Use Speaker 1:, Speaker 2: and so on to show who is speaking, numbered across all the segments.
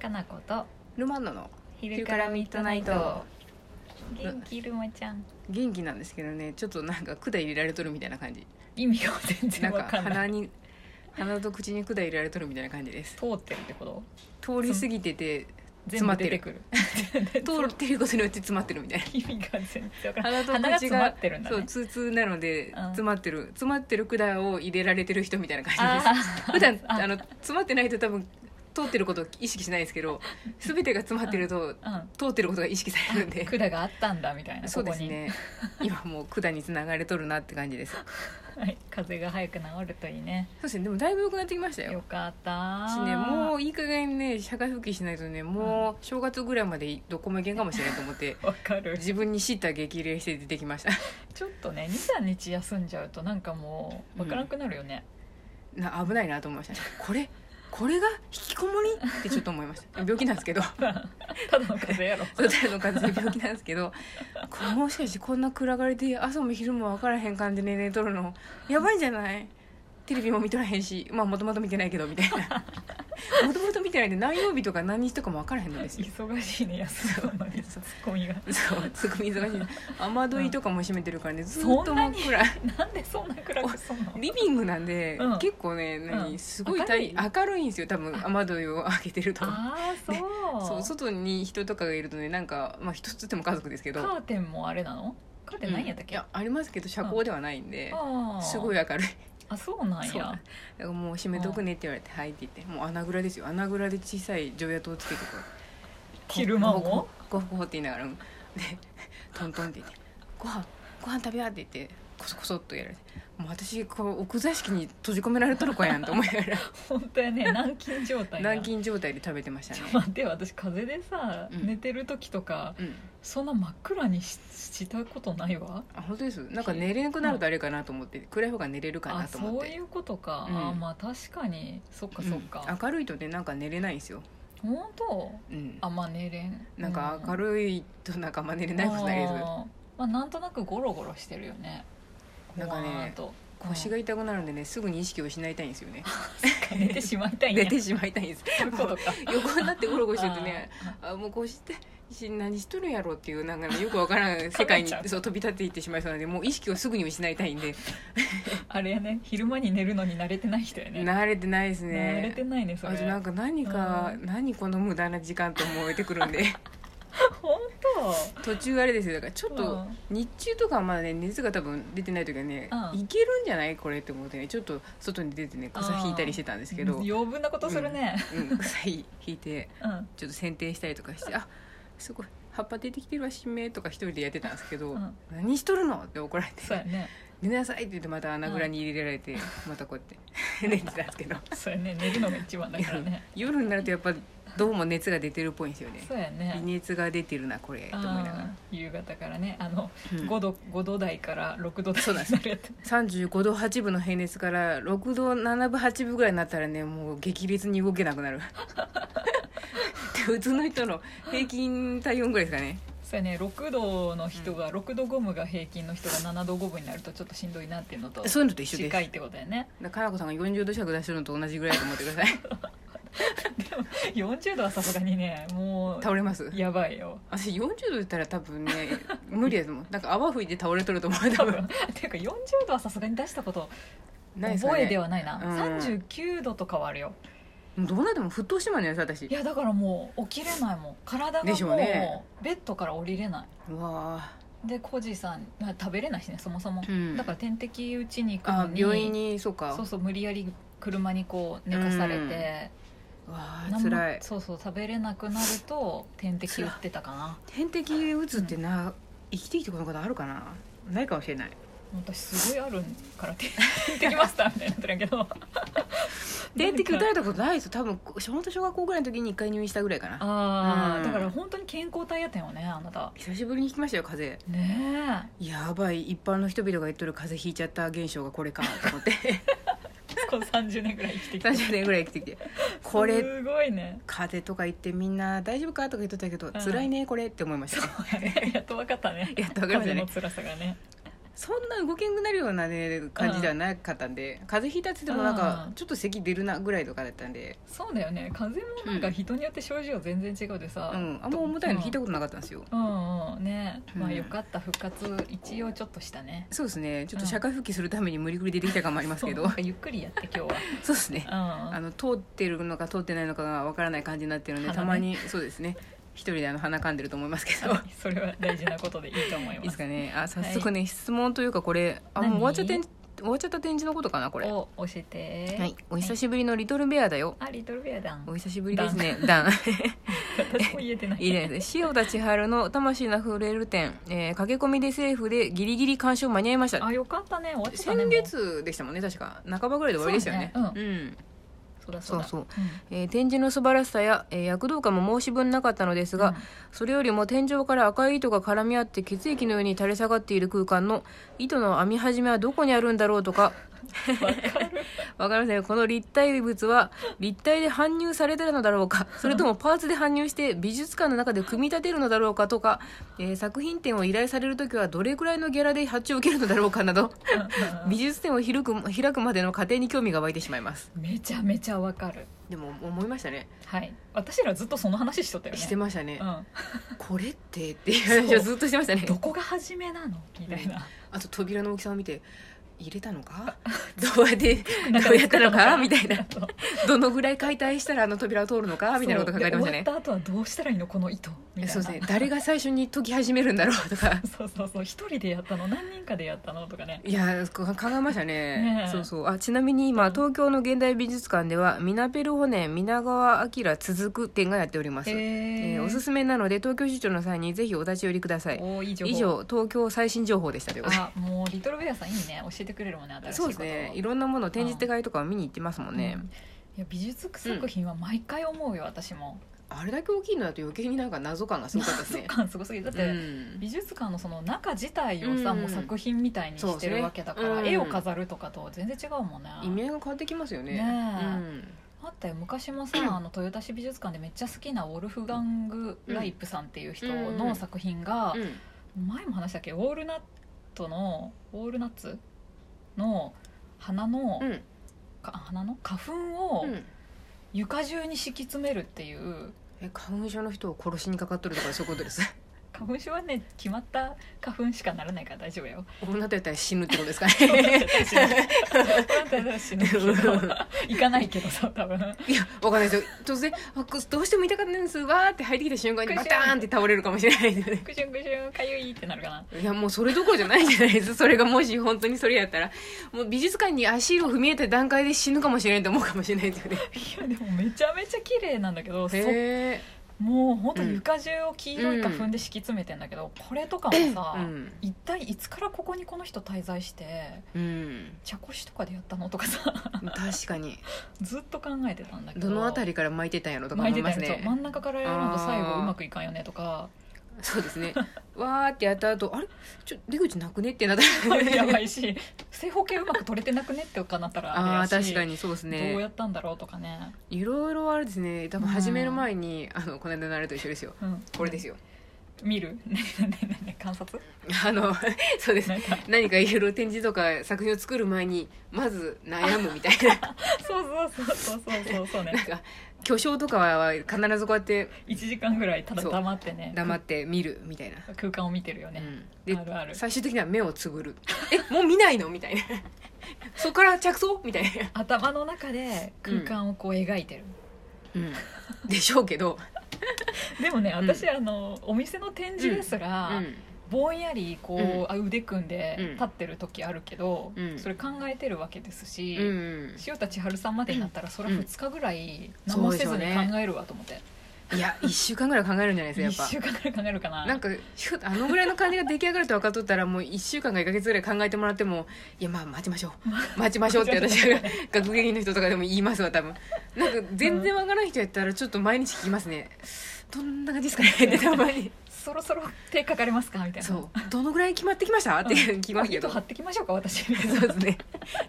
Speaker 1: かなこと
Speaker 2: ルマンドの
Speaker 1: 昼からミッドナイト元気ルマちゃん
Speaker 2: 元気なんですけどねちょっとなんか管入れられとるみたいな感じ
Speaker 1: 意味が全然
Speaker 2: な ん
Speaker 1: わか
Speaker 2: か
Speaker 1: んない
Speaker 2: 鼻に鼻と口に管入れられとるみたいな感じです
Speaker 1: 通ってるってこと
Speaker 2: 通り過ぎてて
Speaker 1: 全
Speaker 2: 詰ま
Speaker 1: 部
Speaker 2: って
Speaker 1: 出て
Speaker 2: る
Speaker 1: くる
Speaker 2: 通るっていうことによって詰まってるみたいな
Speaker 1: 意味が全然わかんない
Speaker 2: 鼻と
Speaker 1: 鼻が
Speaker 2: 口
Speaker 1: 詰ま
Speaker 2: が
Speaker 1: ってるんだ
Speaker 2: そう
Speaker 1: ね
Speaker 2: 通通なので
Speaker 1: ん
Speaker 2: 詰まってる詰まってる管を入れられてる人みたいな 感じで
Speaker 1: あ
Speaker 2: す普段
Speaker 1: あ
Speaker 2: あの詰まってないと多分通ってることを意識しないですけど全てが詰まってると
Speaker 1: ーうん
Speaker 2: 通ってることが意識されるんで
Speaker 1: 管があったんだみたいな
Speaker 2: そう
Speaker 1: こ
Speaker 2: で
Speaker 1: こ
Speaker 2: す
Speaker 1: に、
Speaker 2: ね今もう管につながれとるなって感じですそう
Speaker 1: はい、風邪が早く治るといいね
Speaker 2: ですねでもだいぶ良くなってきましたよ
Speaker 1: よかった
Speaker 2: しねもういい加減ね社会復帰しないとねもう正月ぐらいまでどこも行けんかもしれないと思って
Speaker 1: わかる
Speaker 2: 自分に叱咤激励して出てきました
Speaker 1: ちょっとね23日休んじゃうとなんかもうわからなくなるよね、
Speaker 2: な危ないなと思いましたねこれこれが引きこもりってちょっと思いました病気なんですけど
Speaker 1: ただの風邪やろ
Speaker 2: そう誰の数で病気なんですけどこれもしかしてこんな暗がりで朝も昼も分からへん感じで寝とるのやばいんじゃないテレビも見とらへんしまあもともと見てないけどみたいなもともと見てないんで何曜日とか何日とかも分からへんのですよ
Speaker 1: 忙しいね休むのにツッコミが
Speaker 2: そうすごい忙しい雨どいとかも閉めてるからね、ずっ
Speaker 1: そ
Speaker 2: と
Speaker 1: んな
Speaker 2: 真
Speaker 1: に
Speaker 2: っ暗い
Speaker 1: なんでそんな暗くすんの
Speaker 2: リビングなんで、
Speaker 1: うん
Speaker 2: 結構ね何、
Speaker 1: うん
Speaker 2: すごい大
Speaker 1: 明
Speaker 2: 明るいんですよ多分雨どいを開けてると
Speaker 1: ああそう,、
Speaker 2: そう外に人とかがいるとねなんかまあ一つっても家族ですけど
Speaker 1: カーテンもあれなのカーテンないんやったっ
Speaker 2: い
Speaker 1: け、
Speaker 2: やありますけど遮光ではないんで、
Speaker 1: ああ
Speaker 2: すごい明るい
Speaker 1: あそうなん
Speaker 2: そう
Speaker 1: や
Speaker 2: だからもう閉めとくねって言われて「はい」って言ってもう穴蔵ですよ穴蔵で小さい常夜灯をつけてこう
Speaker 1: 昼間も
Speaker 2: ごほごほって言いながらうんでトントンって言って「ご飯ご飯食べや」って言ってコソコソっとやられてもう私こう奥座敷に閉じ込められとる子やんと思いながら
Speaker 1: 本当やね軟禁状態や
Speaker 2: 軟禁状態で食べてましたね
Speaker 1: 待って私風邪でさ、
Speaker 2: うん
Speaker 1: 寝てる時とか
Speaker 2: うん
Speaker 1: そんな真っ暗にししたことないわ
Speaker 2: あ本当ですなんか寝れなくなるとあれかなと思って暗い方が寝れるか
Speaker 1: あ
Speaker 2: なと思っ
Speaker 1: そう
Speaker 2: て
Speaker 1: いうことか、
Speaker 2: うん
Speaker 1: あまあ確かにそっかそっか、
Speaker 2: うん明るいとねなんか寝れないんですよ
Speaker 1: 本当
Speaker 2: うん
Speaker 1: あまあ寝れん
Speaker 2: なんか明
Speaker 1: い
Speaker 2: るいとなんかまあ寝れないことないです
Speaker 1: まあなんとなくゴロゴロしてるよね
Speaker 2: なんかね
Speaker 1: ほわーと
Speaker 2: 腰が痛くなるんでねすぐに意識を失いたいんですよね
Speaker 1: うん寝てしまいたいんや
Speaker 2: 寝てしまいたいんです
Speaker 1: そういうこと
Speaker 2: もう
Speaker 1: か
Speaker 2: 横になってゴロゴロしててねあもう腰ってし何しとるんやろっていうなんかねよくわからない世界に
Speaker 1: 考えちゃう
Speaker 2: そう飛び立っていってしまいそうなんでもう意識をすぐに失いたいんで
Speaker 1: あれやね昼間に寝るのに慣れてない人やね
Speaker 2: 慣れてないです
Speaker 1: 慣れて
Speaker 2: ね
Speaker 1: ないねそ
Speaker 2: あ
Speaker 1: れ
Speaker 2: となんか何か
Speaker 1: う
Speaker 2: 何この無駄な時間と思えてくる んで
Speaker 1: 本当
Speaker 2: 途中あれですよだからちょっ
Speaker 1: う
Speaker 2: と
Speaker 1: ん
Speaker 2: 日中とかはまだね熱が多分出てない時はね
Speaker 1: うん
Speaker 2: いけるんじゃないこれって思ってねちょっと外に出てね傘引いたりしてたんですけど
Speaker 1: 余分なことするね
Speaker 2: うん、草引いて
Speaker 1: うん、
Speaker 2: ちょっと剪定したりとかして「あすごい葉っぱ出てきてるわ新芽」とか一人でやってたんですけど「
Speaker 1: うん
Speaker 2: 何しとるの?」って怒られて
Speaker 1: そうやね
Speaker 2: 「寝なさい」って言ってまた穴蔵に入れられて、またこうやって 寝てたんです けど
Speaker 1: そうやね寝るのが一番だから ね
Speaker 2: 夜になるとやっぱどうも熱が出てるっぽいんですよね
Speaker 1: そうや
Speaker 2: 微
Speaker 1: ね
Speaker 2: 熱が出てるなこれと思いなが
Speaker 1: あ
Speaker 2: ら
Speaker 1: ー夕方からねあの、
Speaker 2: うん
Speaker 1: 5度5度台から6度台
Speaker 2: そう
Speaker 1: に
Speaker 2: な
Speaker 1: なん
Speaker 2: です
Speaker 1: るやつ
Speaker 2: 35度8分の平熱から6度7分8分ぐらいになったらねもう激烈に動けなく なるで普通の人の平均体温ぐらいですかね
Speaker 1: そうやね6度の人が、6度ゴムが平均の人が7度5分になるとちょっとしんどいなっていうのと
Speaker 2: そういうのと一緒です
Speaker 1: 近いってことやね
Speaker 2: だからかなこさんが40度弱出してるのと同じぐらいと思ってくだ さい
Speaker 1: 40度はさすがにねも
Speaker 2: 倒れます
Speaker 1: うやばいよ
Speaker 2: 私40度言ったら多分ね無理やと思うなんか泡吹いて倒れとると思う多
Speaker 1: 多分
Speaker 2: 分
Speaker 1: っていうか40度はさすがに出したこと
Speaker 2: ないですか
Speaker 1: 覚え
Speaker 2: ね
Speaker 1: ではないな、
Speaker 2: うん
Speaker 1: 39度とかはあるよ
Speaker 2: もうどうなっても沸騰してまうねんです私
Speaker 1: いやだからもう起きれないもん体が
Speaker 2: でしょ
Speaker 1: も
Speaker 2: う
Speaker 1: う
Speaker 2: ね
Speaker 1: ベッドから降りれないう
Speaker 2: わあ
Speaker 1: でコジさんあ食べれないしねそもそも、
Speaker 2: うん
Speaker 1: だから点滴打ちに行くの
Speaker 2: あ
Speaker 1: に
Speaker 2: 病院にそうか
Speaker 1: そうそう無理やり車にこう寝かされて、
Speaker 2: うわ
Speaker 1: な
Speaker 2: あ
Speaker 1: んも
Speaker 2: つらい
Speaker 1: そうそう食べれなくなると点滴打ってたかな
Speaker 2: 点滴打つってな、生きてきてこのことあるかなないかもしれない
Speaker 1: 私すごいあるから点 滴マスターみたいになってるんやけど
Speaker 2: 点滴打たれたことないですよ多分本当小学校ぐらいの時に一回入院したぐらいかな
Speaker 1: ああ、
Speaker 2: うん
Speaker 1: だから本当に健康体やったよねあなた
Speaker 2: 久しぶりに聞きましたよ風邪
Speaker 1: ね
Speaker 2: やばい一般の人々が言っとる風邪ひいちゃった現象がこれかと思って
Speaker 1: え こう30年ぐらい生きてきて
Speaker 2: 30年ぐらい生きてきて これ
Speaker 1: すごいね
Speaker 2: 風邪とか言ってみんな大丈夫かとか言っとったけど、
Speaker 1: ん
Speaker 2: 辛いねこれって思いましたね
Speaker 1: やっと分かったね
Speaker 2: やっと分かりまし
Speaker 1: 彼
Speaker 2: たね
Speaker 1: の辛さがね
Speaker 2: そんな動けなくなるような、ね、感じではなかったんで、風邪ひいたって言ってもなんか
Speaker 1: うん
Speaker 2: ちょっと咳出るなぐらいとかだったんで、
Speaker 1: そうだよね風邪もなんか人によって症状全然違うでさ、
Speaker 2: うん、あんま重たいの
Speaker 1: ひ
Speaker 2: 引いたことなかったんですよ、
Speaker 1: うんうんねま
Speaker 2: う
Speaker 1: あ
Speaker 2: ん
Speaker 1: よかった復活一応ちょっとしたね
Speaker 2: そうですねちょっと社会復帰するために無理くり出てきた感もありますけど
Speaker 1: そう
Speaker 2: そ
Speaker 1: なんかゆっくりやって今 日
Speaker 2: うですね
Speaker 1: は、うん、
Speaker 2: あの通ってるのか通ってないのかがわからない感じになってるので、
Speaker 1: 鼻ね
Speaker 2: たまにそうですね一人であの鼻かんでると思いますけ どい
Speaker 1: はいそれは大事なことでいいと思い
Speaker 2: い
Speaker 1: ま
Speaker 2: ですすかねあ早速ね、質問というかこれあもう終わっちゃってん終わっちゃった展示のことかなこれは
Speaker 1: を教えて
Speaker 2: いお久しぶりのリトルベアだよ
Speaker 1: あリトルベアダン
Speaker 2: お久しぶりですねダン
Speaker 1: 私も言えてない
Speaker 2: いいですね塩田千春の「魂の触れる展」えー駆け込みでセーフでギリギリ鑑賞間に合いました
Speaker 1: あよかったね終わってたね
Speaker 2: 先月でしたもんね確か半ばぐらいで終わりでしたよね
Speaker 1: そうね
Speaker 2: うん
Speaker 1: もうそうだそうだ、
Speaker 2: そうそう
Speaker 1: ん
Speaker 2: えー展示の素晴らしさや、えー躍動感も申し分なかったのですが、
Speaker 1: うん
Speaker 2: それよりも天井から赤い糸が絡み合って血液のように垂れ下がっている空間の糸の編み始めはどこにあるんだろうとかわかりませんこの立体物は立体で搬入されてたのだろう かそれともパーツで搬入して美術館の中で組み立てるのだろうかとか、えー作品展を依頼される時はどれくらいのギャラで発注を受けるのだろうかな ど
Speaker 1: うん
Speaker 2: 美術展を開く開くまでの過程に興味が湧いてしまいます
Speaker 1: めちゃめちゃわかる
Speaker 2: でも思いましたね
Speaker 1: はい私らずっとその話しとったよね
Speaker 2: してましたね、
Speaker 1: う
Speaker 2: これってっていう話をずっとしてましたね
Speaker 1: ん、どこが初めなのみたいな、
Speaker 2: あと扉の大きさを見て入れたのか どうやって
Speaker 1: なんか
Speaker 2: どうやったのか
Speaker 1: 作
Speaker 2: みたいな
Speaker 1: そう
Speaker 2: どのぐらい解体したらあの扉を通るのかみたいなことが書かれてましたね
Speaker 1: そうで終わった後はどうしたらいいのこの糸みたいな
Speaker 2: そうですね誰が最初に解き始めるんだろう とか
Speaker 1: そうそうそう一人でやったの何人かでやったのとかね
Speaker 2: いやこ考えましたね
Speaker 1: ねえ
Speaker 2: そうそうあちなみに今東京の現代美術館では「ミナペル骨皆川明続く」展がやっております、え
Speaker 1: え
Speaker 2: ーおすすめなので東京出張の際にぜひお立ち寄りください
Speaker 1: おーいい情報
Speaker 2: 以上東京最新情報でしたということで
Speaker 1: あもうリトルベアさんいいね教えてくれるもんね新しい
Speaker 2: そう
Speaker 1: こ
Speaker 2: で
Speaker 1: と
Speaker 2: すねいろんなもの展示会とかを見に行ってますもんね、
Speaker 1: うんいや美術作品は毎回思うよ、私も
Speaker 2: あれだけ大きいのだと余計になんか謎感がすごかったで す
Speaker 1: そっ
Speaker 2: ね
Speaker 1: かすごすぎるだって、
Speaker 2: うん
Speaker 1: 美術館のその中自体をさ、
Speaker 2: うん
Speaker 1: もう作品みたいに
Speaker 2: そ
Speaker 1: し
Speaker 2: うです
Speaker 1: て
Speaker 2: ね
Speaker 1: るわけだから、
Speaker 2: うん
Speaker 1: 絵を飾るとかとは全然違うもんね
Speaker 2: 意味合いが変わってきますよね
Speaker 1: ねえ
Speaker 2: うん
Speaker 1: あったよ昔も さあの豊田市美術館でめっちゃ好きなウォルフガング・ライプさんっていう人の作品が、
Speaker 2: うん
Speaker 1: 前も話したっけウォールナットのウォールナッツの花の、
Speaker 2: うん
Speaker 1: か花の花粉を
Speaker 2: うん
Speaker 1: 床中に敷き詰めるっていう
Speaker 2: え花粉症の人を殺しにかかっとるとかそういうこ とです
Speaker 1: 花粉症はね決まった花粉しかならないから大丈夫 よ。
Speaker 2: 女とやったら死ぬってことですか
Speaker 1: そうなっ
Speaker 2: ね
Speaker 1: ちゃったら 死ぬそうなっ
Speaker 2: うん
Speaker 1: たら死ぬけど 行かないけどさ多分
Speaker 2: いやわかんないですよ突然あこどうしても痛かったんですわーって入ってきた瞬間にバターンって倒れるかもしれないですね
Speaker 1: クシュンクシュンかゆいってなるかない
Speaker 2: やもうそれどころじゃないじゃないです それがもし本当にそれやったらもう美術館に足を踏み入れた段階で死ぬかもしれないと思うかもしれないですよね
Speaker 1: いやでもめちゃめちゃ綺麗なんだけ どそ
Speaker 2: へえ
Speaker 1: もうほんと床中を黄色い花粉で敷き詰めてんだけど、これとかもさ、
Speaker 2: うん
Speaker 1: 一体いつからここにこの人滞在して
Speaker 2: うん
Speaker 1: 茶こしとかでやったのとかさ
Speaker 2: 確かに
Speaker 1: ずっと考えてたんだけど
Speaker 2: どのあた
Speaker 1: り
Speaker 2: りから巻いてたんやろとか
Speaker 1: 巻
Speaker 2: 思
Speaker 1: いて
Speaker 2: い
Speaker 1: た
Speaker 2: ま
Speaker 1: よね
Speaker 2: すね
Speaker 1: そう真ん中からやるのと最後うまくいかんよねとか
Speaker 2: そうですねわーってやった後あれちょ出口なくねってなった
Speaker 1: やばいし正方形うまく取れてなくねってかなったらあ
Speaker 2: あ
Speaker 1: れ
Speaker 2: あ
Speaker 1: やし
Speaker 2: 確かにそうです
Speaker 1: どう
Speaker 2: ね
Speaker 1: やったんだろうとかね、
Speaker 2: いろいろあれですね多分始める前に、あのこの間のあれと一緒ですよ
Speaker 1: うん、
Speaker 2: これですよ、
Speaker 1: 見る ねねねね観 察
Speaker 2: あのそうです
Speaker 1: なんか
Speaker 2: 何かいろいろ展示とか作品を作る前にまず悩むみたい な
Speaker 1: そうそうそうそうそうそうそう
Speaker 2: なん
Speaker 1: ね
Speaker 2: か巨匠とかは必ずこうやって
Speaker 1: 1時間ぐらいただ黙ってね
Speaker 2: 黙って見るみたいな、
Speaker 1: 空間を見てるよね、
Speaker 2: うん、で
Speaker 1: あるある
Speaker 2: 最終的には目をつぶる えもう見ないのみ たいなそこから着想みたいな
Speaker 1: 頭の中で空間をこう描いてる、
Speaker 2: でしょうけど、
Speaker 1: でもね
Speaker 2: うん
Speaker 1: 私、あのお店の展示ですら、ぼんやりこう、
Speaker 2: うん
Speaker 1: あ腕組んで
Speaker 2: うん
Speaker 1: 立ってる時あるけど、
Speaker 2: うん
Speaker 1: それ考えてるわけですし、
Speaker 2: うん
Speaker 1: 塩田千春さんまでになったらそれは2日ぐらい何
Speaker 2: そ
Speaker 1: も
Speaker 2: うで
Speaker 1: せ
Speaker 2: しょ
Speaker 1: ず
Speaker 2: う
Speaker 1: に
Speaker 2: ね
Speaker 1: 考えるわと思って、
Speaker 2: いや1週間ぐらい考えるんじゃない
Speaker 1: 1
Speaker 2: ですかや
Speaker 1: 週
Speaker 2: っ
Speaker 1: 間ぐらい考えるかな
Speaker 2: ぱなんかひゅあのぐらいの感じが出来上がると分かっとったらもう1週間か1ヶ月ぐらい考えてもらってもいやまあ待ちましょ う待ちましょうって私が 学芸員の人とかでも言いますわ多分なんか全然分からん人やったらちょっと毎日聞きますねどんな感 じですかねってたまに
Speaker 1: そろそろ手かかりますかみたいな
Speaker 2: そうどのぐらい決まってきましたって聞きますけ
Speaker 1: 糸
Speaker 2: ど
Speaker 1: 張ってきましょうか私みたいな
Speaker 2: そうですね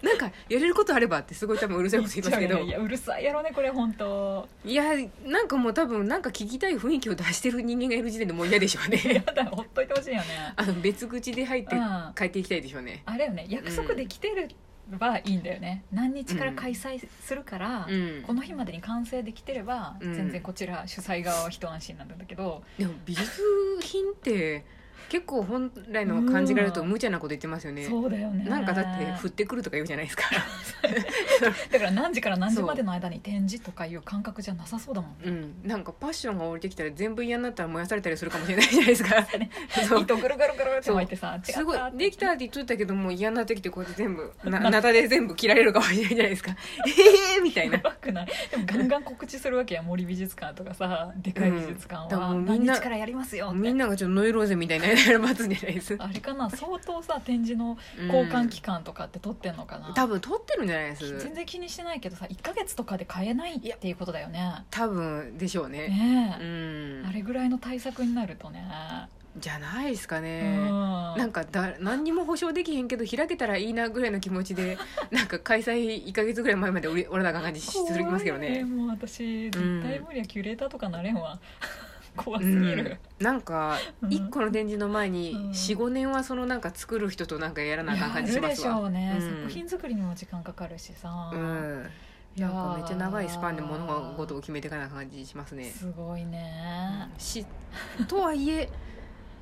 Speaker 2: なんかやれることあればってすごい多分うるさいこと言いますけど
Speaker 1: いやいやうるさいやろねこれ本当
Speaker 2: いやなんかもう多分なんか聞きたい雰囲気を出してる人間がいる時点でもう嫌でしょう
Speaker 1: や
Speaker 2: ね
Speaker 1: だほっといてほしいよね
Speaker 2: あの別口で入って
Speaker 1: うん
Speaker 2: 帰っていきたいでしょうね
Speaker 1: あれよね約束できてればいいんだよね、何日から開催するから、
Speaker 2: うん
Speaker 1: この日までに完成できてれば、
Speaker 2: うん
Speaker 1: 全然こちら主催側は一安心なんだけど、
Speaker 2: でも美術品って結構本来の感じがあると
Speaker 1: うん
Speaker 2: 無茶なこと言ってますよね
Speaker 1: そうだよね
Speaker 2: なんかだって降ってくるとか言うじゃないですか
Speaker 1: だから何時から何時までの間に展示とかいう感覚じゃなさそうだもん
Speaker 2: うんなんかパッションが降りてきたら全部嫌になったら燃やされたりするかもしれないじゃないで すかそう
Speaker 1: 糸ぐるぐるぐるって巻いてさ
Speaker 2: すご
Speaker 1: 違
Speaker 2: い
Speaker 1: ったって
Speaker 2: できたって言っとったけどもう嫌になってきてこうやって全部な
Speaker 1: な
Speaker 2: なたで全部切られるかもしれないじゃないで すかええー、みたいな
Speaker 1: やばくないでもガンガン告知するわけや森美術館とかさでかい美術館
Speaker 2: うんだから
Speaker 1: は
Speaker 2: もうみ
Speaker 1: 何
Speaker 2: んな
Speaker 1: 日からやりますよって
Speaker 2: みんながちょっとノイローゼみたいなやら待つんじゃないです
Speaker 1: あれかな相当さ展示の
Speaker 2: うん
Speaker 1: 交換期間とかって取ってんのかな、
Speaker 2: 多分取ってるんじゃないです
Speaker 1: 全然気にしてないけどさ1か月とかで買えないっていうことだよね
Speaker 2: 多分でしょうね
Speaker 1: ね
Speaker 2: う
Speaker 1: え、
Speaker 2: ん
Speaker 1: あれぐらいの対策になるとね、
Speaker 2: じゃないですか
Speaker 1: う
Speaker 2: ね
Speaker 1: ん
Speaker 2: なんかだ何にも保証できへんけど開けたらいいなぐらいの気持ち でなんか開催1か月ぐらい前までおりおらなあかん感じし続きますけど
Speaker 1: 怖い
Speaker 2: ね、
Speaker 1: もう私絶対無理やキュレーターとかなれんわ怖
Speaker 2: う
Speaker 1: すぎる、
Speaker 2: ん、なんか
Speaker 1: うん
Speaker 2: 1個の展示の前に
Speaker 1: うん
Speaker 2: 45年はそのなんか作る人となんかやらないあか
Speaker 1: や
Speaker 2: ん
Speaker 1: あ
Speaker 2: 感じし
Speaker 1: る
Speaker 2: ま
Speaker 1: ですし
Speaker 2: わ
Speaker 1: ょうね、
Speaker 2: うん
Speaker 1: 作品作りにも時間かかるしさ、
Speaker 2: うん
Speaker 1: いや
Speaker 2: なん
Speaker 1: ー
Speaker 2: かめっちゃ長いスパンで物事を決めていかなあかん感じしますね
Speaker 1: すごいね、
Speaker 2: しとはいえ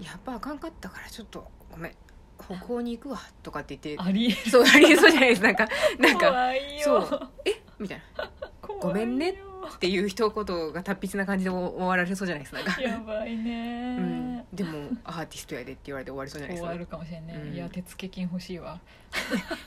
Speaker 2: やっぱあかんかったからちょっとご めん歩行に行くわとかって言っ
Speaker 1: ありえ
Speaker 2: てそうありえそうじゃないですなんかなんか
Speaker 1: 怖い
Speaker 2: そ
Speaker 1: よ
Speaker 2: うえみたいな
Speaker 1: 怖いよ
Speaker 2: ごめんねっていう一言が達筆な感じで終わられそうじゃないですかなんか、
Speaker 1: やばいね、
Speaker 2: うん、でもアーティストやでって言われて終わりそうじゃない
Speaker 1: 終
Speaker 2: です
Speaker 1: わ
Speaker 2: か
Speaker 1: るかもしれない、
Speaker 2: うん
Speaker 1: いや手付金欲しいわ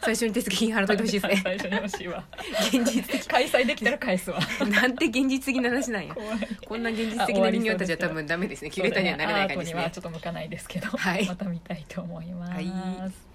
Speaker 2: 最初に手続き払っといてほ しいですね
Speaker 1: 最初に欲しいわ
Speaker 2: 現実的
Speaker 1: 開催できたら返す わ
Speaker 2: なんて現実的な話なんや
Speaker 1: 怖い
Speaker 2: こんな現実的な人形たちは多分ダメですねキュレーターにはなれない感
Speaker 1: アート
Speaker 2: じです
Speaker 1: には
Speaker 2: ね
Speaker 1: ちょっと向かないですけど、
Speaker 2: はい
Speaker 1: また見たいと思います、
Speaker 2: はい